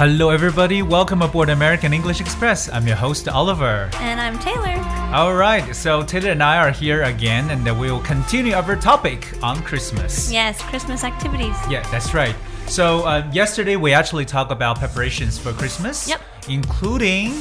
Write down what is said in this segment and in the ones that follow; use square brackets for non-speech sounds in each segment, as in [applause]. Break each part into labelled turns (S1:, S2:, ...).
S1: Hello, everybody. Welcome aboard American English Express. I'm your host, Oliver.
S2: And I'm Taylor.
S1: All right, so Taylor and I are here again, and we will continue our topic on Christmas.
S2: Yes, Christmas activities.
S1: Yeah, that's right. So, uh, yesterday we actually talked about preparations for Christmas,
S2: Yep.
S1: including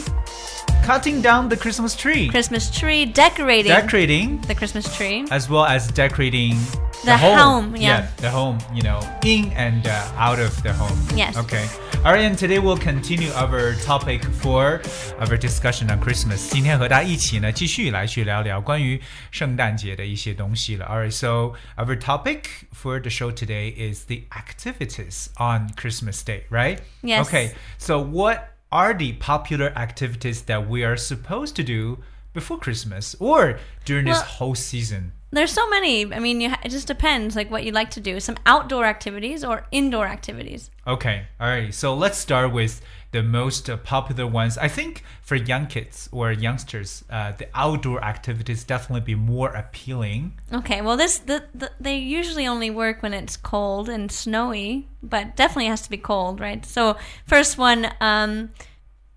S1: cutting down the Christmas tree,
S2: Christmas tree decorating.
S1: decorating,
S2: the Christmas tree.
S1: as well as decorating
S2: Mm-hmm. The
S1: home.
S2: home, yeah.
S1: the home, you know, in and uh, out of the home.
S2: Yes.
S1: Okay. All right, and today we'll continue our topic for our discussion on Christmas. 今天和大家一起呢，继续来去聊聊关于圣诞节的一些东西了。All right, so our topic for the show today is the activities on Christmas Day, right?
S2: Yes.
S1: Okay. So what are the popular activities that we are supposed to do before Christmas or during this
S2: Well-
S1: whole season?
S2: There's so many. I mean, you ha- it just depends like what you like to do. Some outdoor activities or indoor activities.
S1: Okay, all right. So let's start with the most uh, popular ones. I think for young kids or youngsters, uh, the outdoor activities definitely be more appealing.
S2: Okay, well this the, the they usually only work when it's cold and snowy, but definitely has to be cold, right? So first one um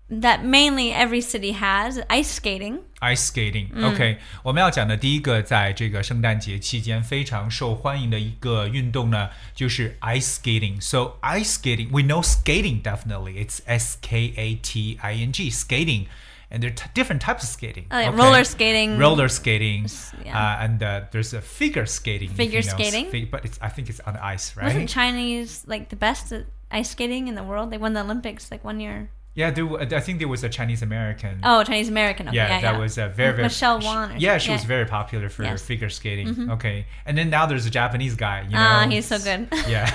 S2: that mainly every city has ice skating.
S1: Ice skating.
S2: Mm.
S1: OK，、我们要讲的第一个，在这个圣诞节期间非常受欢迎的一个运动呢，就是 ice skating。So ice skating, we know skating definitely. It's S K A T I N G, skating. And there are t- different types of skating.
S2: Oh, yeah,
S1: OK
S2: roller skating.
S1: roller skating,
S2: yeah.
S1: uh, and uh, there's a figure skating. if
S2: Figure
S1: you know,
S2: skating?
S1: fi- but it's I think it's on ice, right?
S2: Wasn't Chinese like the best at ice skating in the world? They won the Olympics like one year.
S1: yeah, there, wa- I think there was a Chinese American.
S2: Oh, Chinese American. Okay,
S1: Yeah,
S2: yeah,
S1: that
S2: yeah.
S1: was a very very
S2: Michelle
S1: she-
S2: Wan or
S1: yeah, she was
S2: yeah.
S1: very popular for her
S2: Yes. Mm-hmm.
S1: figure skating. Okay, and then now there's a Japanese guy. You know,
S2: Ah, he's so good. [laughs]
S1: Yeah.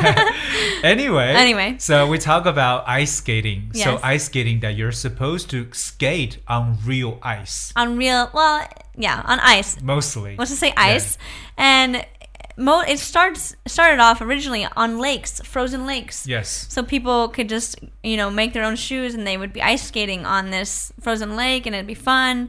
S1: [laughs] anyway.
S2: Anyway.
S1: So we talk about ice skating. So
S2: Yes.
S1: ice skating that you're supposed to skate on real ice
S2: on real. Well, yeah, on ice.
S1: mostly.
S2: Let's just say ice, and mo- it starts started off originally on lakes, frozen lakes.
S1: Yes.
S2: So people could just you know make their own shoes, and they would be ice skating on this frozen lake, and it'd be fun.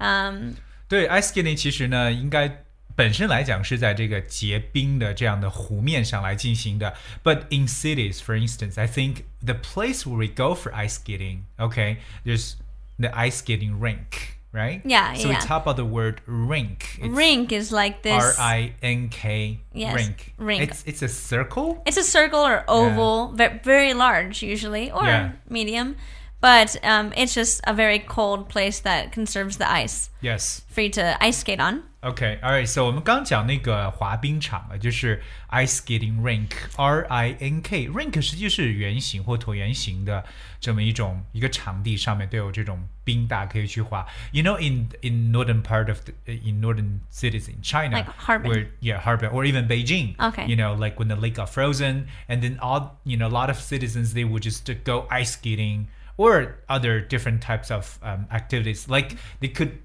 S2: Um,
S1: 对，ice skating 其实呢，应该本身来讲是在这个结冰的这样的湖面上来进行的。But in cities, for instance, I think the place where we go for ice skating, okay, there's the ice skating rink, right?
S2: Yeah,
S1: So
S2: yeah.
S1: we talk about the word rink. It's
S2: rink is like this.
S1: R I N K.
S2: Yes,
S1: Rink.
S2: rink.
S1: It's it's a circle.
S2: It's a circle or oval, ve- very large usually, or
S1: Yeah.
S2: medium. But um, it's just a very cold place that conserves the ice,
S1: Yes.
S2: free to ice skate on.
S1: Okay, all right. So 我们刚讲那个滑冰场啊，就是 ice skating rink，R I N K。rink 实际是圆形或椭圆形的这么一种一个场地，上面都有这种冰大可以去滑。You know, in in northern part of the, in northern cities in China,
S2: Like Harbin.
S1: where yeah, Harbin or even Beijing.
S2: Okay.
S1: You know, like when the lake got frozen, and then all you know, a lot of citizens they would just go ice skating or other different types of um, activities. Like they could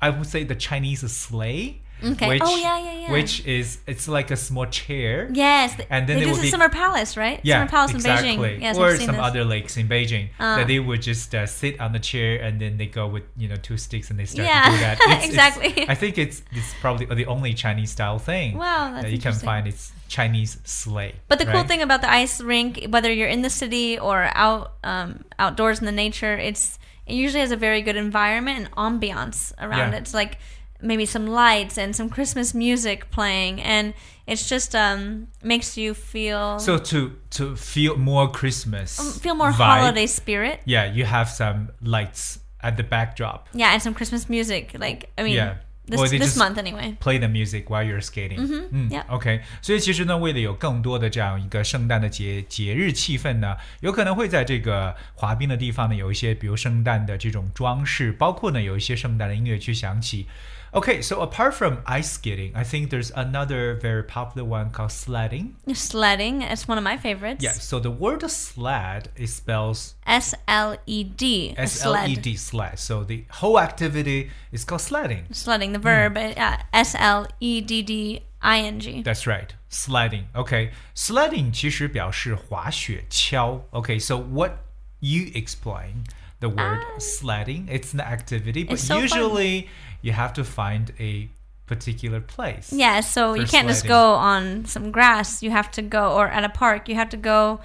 S1: I would say the Chinese sleigh.
S2: Okay.
S1: Which,
S2: Oh, yeah, yeah, yeah.
S1: Which is it's like a small chair.
S2: Yes, th-
S1: And then they
S2: they do
S1: will
S2: the
S1: be-
S2: Summer Palace, right?
S1: Yeah,
S2: Summer Palace
S1: exactly.
S2: in Beijing. Yes,
S1: or
S2: I've seen
S1: some
S2: this.
S1: other lakes in Beijing
S2: Ah.
S1: that they would just uh, sit on the chair and then they go with you know two sticks and they start
S2: Yeah,
S1: to do
S2: [laughs]
S1: that. It's- it's-
S2: exactly.
S1: I think it's it's probably the only Chinese style thing.
S2: Wow, that's
S1: that you can
S2: interesting.
S1: find it's Chinese sleigh.
S2: But the cool
S1: right?
S2: thing about the ice rink, whether you're in the city or out um, outdoors in the nature, it's it usually has a very good environment and ambiance around
S1: Yeah.
S2: it. It's like maybe some lights and some Christmas music playing, and it's just um, makes you feel
S1: So to to feel more Christmas,
S2: Um, feel more
S1: vibe,
S2: holiday spirit.
S1: Yeah, you have some lights at the backdrop.
S2: Yeah, and some Christmas music. Like I mean,
S1: Yeah.
S2: this
S1: Or they just-
S2: this
S1: Mm.
S2: month anyway.
S1: play the music while you're skating。嗯嗯
S2: yep.
S1: OK，所以其实呢，为了有更多的这样一个圣诞的节节日气氛呢，有可能会在这个滑冰的地方呢，有一些比如圣诞的这种装饰，包括呢有一些圣诞的音乐去响起。OK，so、apart from ice skating, I think there's another very popular one called sledding.
S2: Sledding. It's one of my favorites.
S1: Yeah, so the word sled is spells
S2: S L E D. a
S1: S
S2: sled.
S1: L E D sled. So the whole activity is called sledding.
S2: sledding the verb
S1: Mm.
S2: uh, s l e d d i n g
S1: That's right. Sledding. Okay. Sledding 其实表示滑雪橇. Okay. So what you explain the word sledding? It's an activity, but
S2: Ah. It's so fun.
S1: usually you have to find a particular place.
S2: yeah so
S1: For
S2: you can't just
S1: sledding.
S2: go on some grass you have to go or at a park you have to go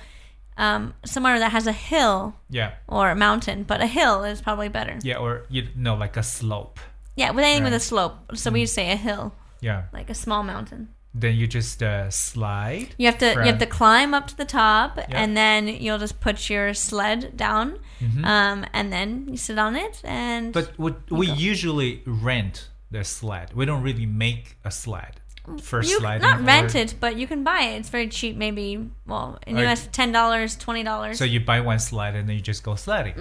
S2: um, somewhere that has a hill
S1: Yeah.
S2: or a mountain, but a hill is probably better.
S1: Yeah. Or, you know, like a slope.
S2: Yeah, with anything with a
S1: Right. Mm.
S2: slope. So we say a hill,
S1: Yeah.
S2: like a small mountain.
S1: Then you just uh, slide.
S2: You have to you
S1: Right.
S2: have to climb up to the top, and then you'll just put your sled down, um, and then you sit on it. And
S1: Mm-hmm. But what we usually rent the sled. We don't really make a sled. First
S2: you
S1: sled.
S2: not
S1: in
S2: rent
S1: order-
S2: it, but you can buy it. It's very cheap, maybe well in
S1: Like-
S2: US ten dollars, twenty dollars
S1: So you buy one sled and then you just go sledding.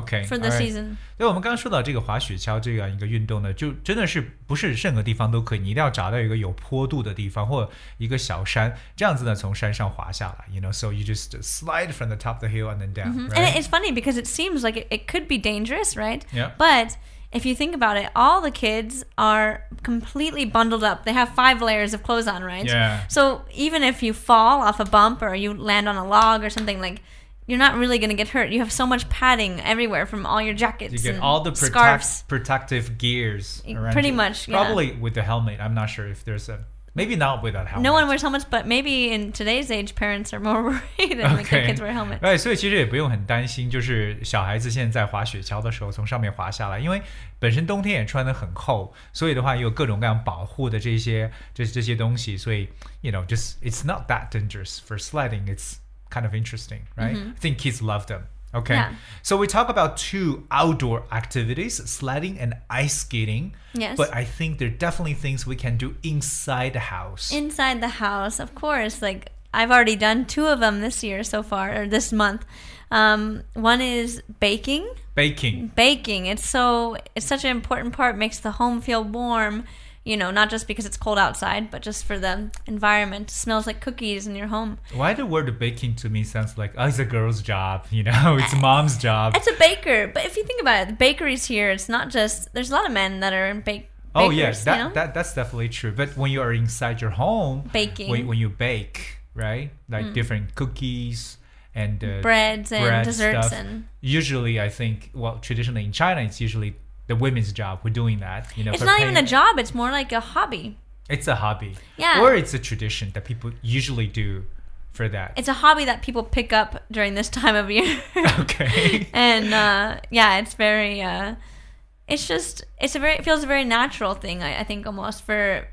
S1: Okay.
S2: Mm-hmm. for the
S1: all right.
S2: season.
S1: 对，我们刚刚说到这个滑雪橇这样一个运动呢，就真的是不是任何地方都可以，你一定要找到一个有坡度的地方或一个小山，这样子呢从山上滑下来，you know，so you just slide from the top of the hill and then down，、right?
S2: And it's funny because it seems like it, it could be dangerous, right?
S1: Yeah.
S2: But if you think about it, all the kids are completely bundled up. They have five layers of clothes on, right?
S1: Yeah.
S2: So even if you fall off a bump or you land on a log or something like you're not really going to get hurt. You have so much padding everywhere from all your jackets
S1: You get
S2: and
S1: all the
S2: scarves.
S1: protect, protective gears.
S2: Y-
S1: around
S2: pretty
S1: you.
S2: much, yeah.
S1: Probably with the helmet. I'm not sure if there's a. Maybe not without helmet.
S2: No one wears helmets, but maybe in today's age, parents are more [laughs] worried and make their
S1: Okay.
S2: kids wear helmets.
S1: 对，所以其实也不用很担心，就是小孩子现在滑雪橇的时候从上面滑下来，因为本身冬天也穿的很厚，所以的话也有各种各样保护的这些这这些东西，所以 you know just it's not that dangerous for sledding. It's kind of interesting, right? I think kids love them. Okay,
S2: Yeah.
S1: so we talk about two outdoor activities, sledding and ice skating.
S2: Yes.
S1: But I think there are definitely things we can do inside the house.
S2: Inside the house, of course. Like I've already done two of them this year so far, or this month. Um, one is baking.
S1: Baking.
S2: Baking. It's so it's such an important part. Makes the home feel warm. You know, not just because it's cold outside, but just for the environment. smells like cookies in your home.
S1: Why the word baking to me sounds like oh, it's a girl's job, you know, [laughs] it's mom's job.
S2: It's a baker, but if you think about it, the bakeries here. It's not just. There's a lot of men that are bake.
S1: Oh
S2: bakers,
S1: yes,
S2: you
S1: that,
S2: know?
S1: that that's definitely true. But when you are inside your home,
S2: Baking.
S1: when, when you bake, right, like different cookies and uh,
S2: breads and
S1: bread
S2: desserts
S1: stuff.
S2: and
S1: usually I think well traditionally in China it's usually the women's job who doing that. You know,
S2: it's
S1: but
S2: not even a
S1: pay-
S2: job it's more like a hobby
S1: It's a hobby,
S2: Yeah.
S1: or it's a tradition that people usually do for that.
S2: it's a hobby that people pick up during this [laughs] time of year
S1: [laughs] okay.
S2: [laughs] and uh, yeah it's very uh, it's just it's a very it feels a very natural thing I, I think almost for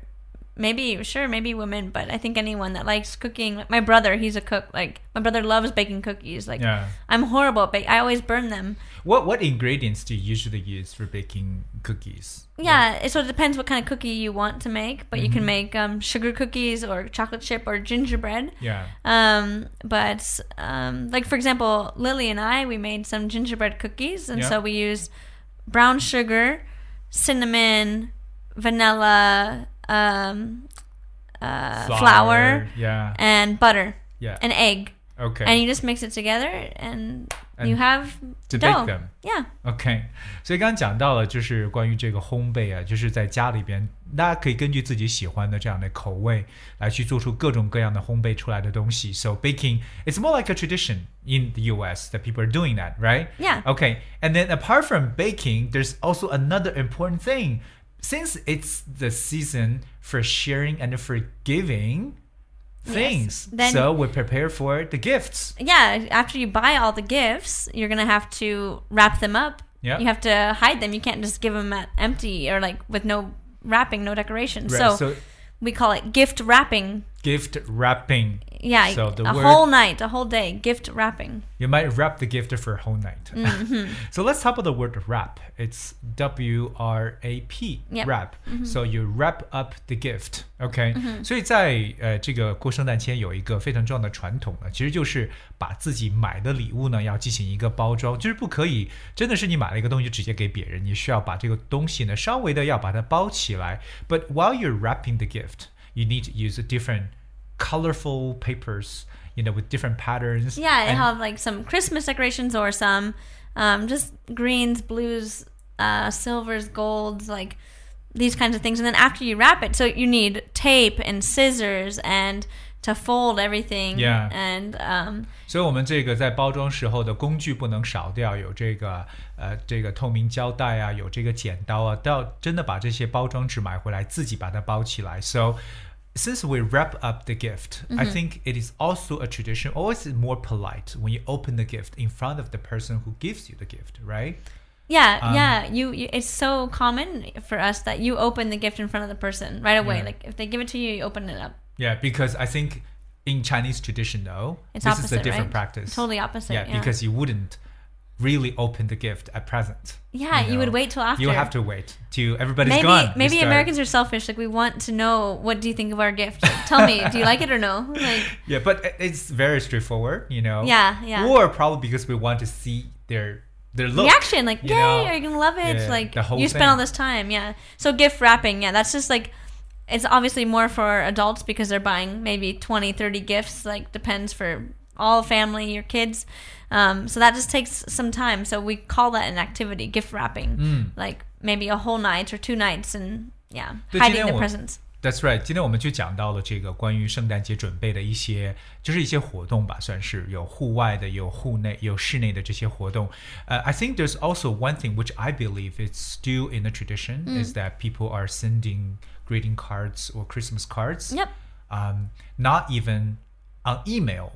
S2: maybe sure maybe women but i think anyone that likes cooking like my brother he's a cook like my brother loves baking cookies like
S1: Yeah.
S2: i'm horrible at bake i always burn them
S1: What what ingredients do you usually use for baking cookies?
S2: Yeah, it so it depends what kind of cookie you want to make, but you can make um, sugar cookies or chocolate chip or gingerbread.
S1: Yeah.
S2: Um, but um, like for example, Lily and I we made some gingerbread cookies, and
S1: Yeah.
S2: so we used brown sugar, cinnamon, vanilla, um, uh, flour,
S1: Yeah.
S2: and butter,
S1: yeah.
S2: and egg,
S1: okay.
S2: and you just mix it together, and,
S1: And
S2: you have
S1: to bake
S2: dough.
S1: them.
S2: Yeah.
S1: OK，所以刚刚讲到了，就是关于这个烘焙啊，就是在家里边，大家可以根据自己喜欢的这样的口味来去做出各种各样的烘焙出来的东西。So baking, it's more like a tradition in the U.S. that people are doing that, right?
S2: Yeah.
S1: Okay. And then apart from baking, there's also another important thing. Since it's the season for sharing and for giving things,
S2: Then-
S1: so we prepare for the gifts.
S2: yeah, after you buy all the gifts, you're gonna have to wrap them up.
S1: Yeah.
S2: You have to hide them. You can't just give them at empty or like with no wrapping, no decoration.
S1: Right,
S2: So,
S1: so-
S2: we call it gift wrapping.
S1: Gift wrapping.
S2: Yeah,
S1: So the
S2: a
S1: word-
S2: whole night, a whole day, gift wrapping.
S1: You might wrap the gift for a whole night. [laughs] so let's talk about the word wrap. It's W R A P,
S2: Yep.
S1: wrap. So you wrap up the gift. OK，、所以在呃这个过圣诞前有一个非常重要的传统呢，其实就是把自己买的礼物呢要进行一个包装，就是不可以真的是你买了一个东西就直接给别人，你需要把这个东西呢稍微的要把它包起来。But while you're wrapping the gift, you need to use a different colorful papers. You know, with different patterns.
S2: Yeah, it
S1: and-
S2: have like some Christmas decorations or some um, just greens, blues, uh, silvers, golds, like these kinds of things. And then after you wrap it, so you need tape and scissors and to fold everything.
S1: Yeah.
S2: And um,
S1: 所以，我们这个在包装时候的工具不能少掉，有这个呃这个透明胶带啊，有这个剪刀啊，都要真的把这些包装纸买回来，自己把它包起来。So since we wrap up the gift, I
S2: Mm-hmm.
S1: think it is also a tradition, always more polite when you open the gift in front of the person who gives you the gift, right?
S2: Yeah,
S1: Um,
S2: yeah. You, you, it's so common for us that you open the gift in front of the person right away.
S1: Yeah.
S2: Like if they give it to you, you open it up.
S1: Yeah, because I think in Chinese tradition, though,
S2: It's
S1: this
S2: opposite,
S1: is a different
S2: right?
S1: practice.
S2: Totally opposite.
S1: yeah,
S2: Yeah,
S1: because you wouldn't really open the gift at present.
S2: yeah, you,
S1: know.
S2: would wait till after.
S1: You have to wait till everybody's
S2: maybe
S1: gone. You
S2: maybe
S1: start-
S2: Americans are selfish. Like we want to know what do you think of our gift. Like, tell me, do you like it
S1: [laughs]
S2: or no? Like
S1: Yeah, but it- it's very straightforward, you know.
S2: yeah, yeah.
S1: Or probably because we want to see their their look.
S2: reaction like
S1: you
S2: yay
S1: know?
S2: are you gonna love it
S1: Yeah,
S2: like
S1: the whole
S2: you spent all
S1: thing.
S2: this time yeah so gift wrapping yeah that's just like it's obviously more for adults because they're buying maybe 20 30 gifts like depends for all family your kids um, so that just takes some time so we call that an activity gift wrapping
S1: Hmm.
S2: like maybe a whole night or two nights and yeah
S1: 对，
S2: hiding the
S1: 今天我-
S2: presents
S1: That's right。今天我们就讲到了这个关于圣诞节准备的一些，就是一些活动吧，算是有户外的，有户内，有室内的这些活动。呃、i think there's also one thing which I believe is still in the tradition、is
S2: Mm.
S1: that people are sending greeting cards or Christmas cards.
S2: yep
S1: Um, not even on email.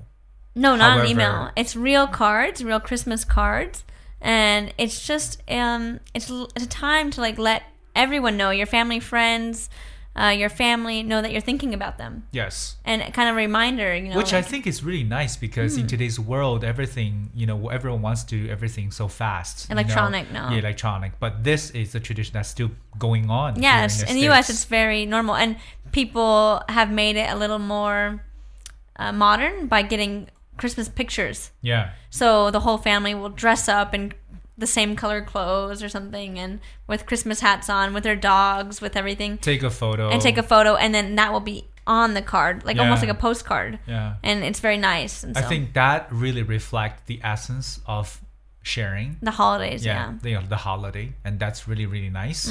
S2: No, not an
S1: However-
S2: email. It's real cards, real Christmas cards, and it's just um, it's, l- it's a time to like let everyone know your family, friends, uh, your family know that you're thinking about them,
S1: Yes.
S2: and a kind of reminder, you know.
S1: Which I
S2: like- Hmm.
S1: think is really nice because in today's world, everything you know, everyone wants to do everything so fast, you know.
S2: Electronic now.
S1: yeah, electronic. But this is a tradition that's still going on.
S2: yes,
S1: here
S2: in
S1: in
S2: the U.S. it's very normal, and people have made it a little more uh, modern by getting Christmas pictures.
S1: yeah,
S2: So the whole family will dress up in the same color clothes or something, and with Christmas hats on, with their dogs, with everything.
S1: take a photo
S2: and take a photo, and then that will be on the card, like almost
S1: Oh. Yeah.
S2: like a postcard,
S1: Yeah,
S2: and it's very nice. And so
S1: I think that really reflects the essence of sharing.
S2: the holidays, yeah. Mm-hmm.
S1: you know, the holiday, and that's really really nice.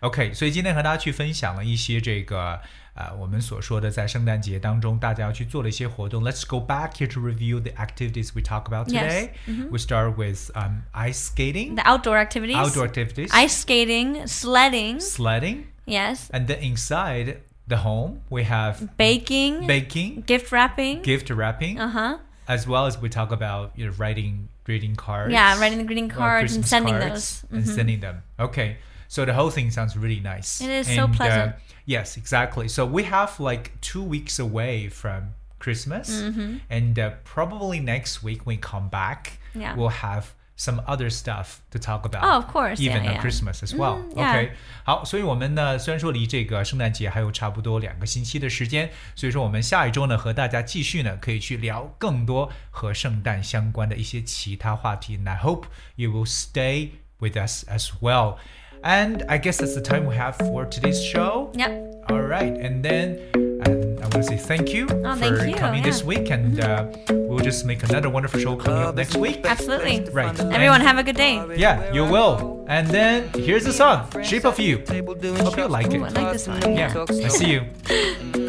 S1: OK，所以今天和大家去分享了一些这个呃我们所说的在圣诞节当中大家要去做的一些活动。Let's go back here to review the activities we talk about today.
S2: Yes. Mm-hmm.
S1: We start with um, ice skating,
S2: the outdoor activities,
S1: outdoor activities,
S2: ice skating, sledding,
S1: sledding,
S2: yes,
S1: and then inside the home we have
S2: baking,
S1: baking,
S2: gift wrapping,
S1: gift wrapping,
S2: uh huh,
S1: as well as we talk about you know, writing greeting cards.
S2: yeah, writing the greeting
S1: or
S2: cards and
S1: Christmas
S2: sending
S1: cards
S2: those. Mm-hmm.
S1: and sending them. Okay, so the whole thing sounds really nice.
S2: It is so
S1: And, uh,
S2: pleasant.
S1: yes, exactly. So we have like two weeks away from Christmas,
S2: Mm-hmm.
S1: and uh, probably next week when we come back,
S2: Yeah.
S1: we'll have. Some other stuff to talk about.
S2: Oh, of course.
S1: Even
S2: Yeah,
S1: on
S2: yeah.
S1: Christmas as well.
S2: Mhm, yeah.
S1: OK，好，所以我们呢，虽然说离这个圣诞节还有差不多两个星期的时间，所以说我们下一周呢，和大家继续呢，可以去聊更多和圣诞相关的一些其他话题。And I hope you will stay with us as well. And I guess that's the time we have for today's show.
S2: Yep.
S1: All right, and then and I want to say thank you
S2: Oh,
S1: for
S2: thank you,
S1: coming this
S2: yeah.
S1: week, and uh, we'll just make another wonderful show coming up next week.
S2: Absolutely.
S1: Right.
S2: Everyone, have a good day.
S1: Yeah, you will. And then here's the song, Shape of You.
S3: um
S1: Hope you like
S2: Ooh, I
S1: it.
S2: like this one.
S1: Yeah,
S2: Yeah.
S1: I see you.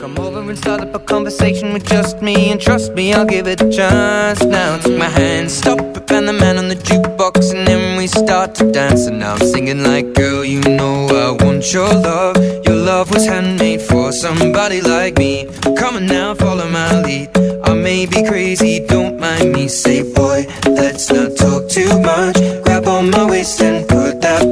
S3: Come over and start up a conversation with just me, and trust me, I'll give it a chance. Now take my hand, stop it, and the man on the jukebox, and then we start to dance. And now I'm singing like, girl, you know I want your love. Your love was handmade for somebody like me. Come on now, follow my lead. I may be crazy, don't mind me. Say, boy, let's not talk too much. Grab on my waist and put that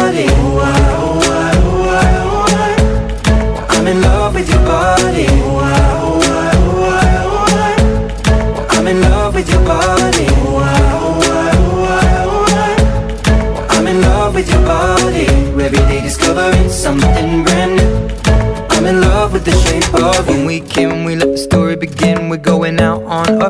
S3: Oh, I, oh, I, oh, I, oh, I. Well, I'm in love with your body. Oh, I, oh, I, oh, I, oh, I. Well, I'm in love with your body. Oh, I, oh, I, oh, I, oh, I. Well, I'm in love with your body. Every day discovering something brand new. I'm in love with the shape of you. When we can, we let the story begin. We're going out on our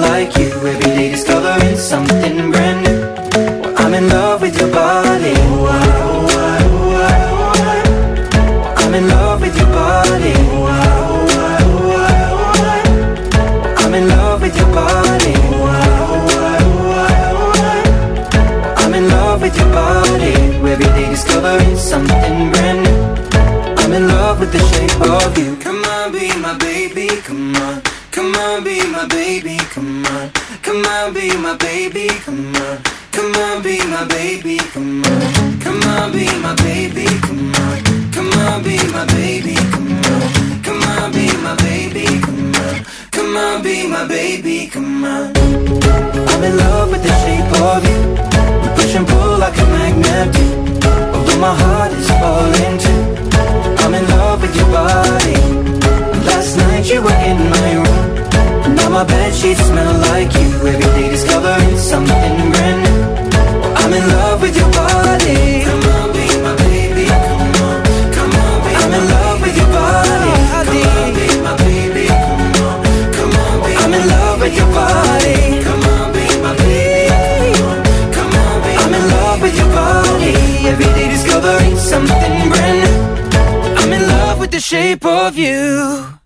S3: like you. Every day discovering something brand new. Well, I'm in love with your body. Ooh, ah, ooh, ah, ooh, ah, ooh, ah. I'm in love with your body. Ooh, ah, ooh, ah, ooh, ah, ooh, ah. I'm in love with your body. Ooh, ah, ooh, ah, ooh, ah, ooh, ah. I'm in love with your body. Every day discovering something brand new. I'm in love with the shape of you. Come on, be my baby. Come on. Come on, be my baby. Come on. Come on, be my baby. Come on. Come on, be my baby. Come on. Come on, be my baby. Come on. Come on, be my baby. Come on. Come on, be my baby. Come on. Come on, be my baby. Come on. I'm in love with the shape of you. We push and pull like a magnet do. Although my heart is falling too. I'm in love with your body. Last night you were in my room. Now my bed sheets smell like you. Every day discovering something brand new. I'm in love with your body. Come on, be my baby. Come on, come on, be I'm in love with your body. Come on, be my baby. Come on, come on, be I'm in love with your body. Come on, be my baby. Come on, come on, be I'm in love with your body. Every day discovering something brand new. I'm in love with the shape of you.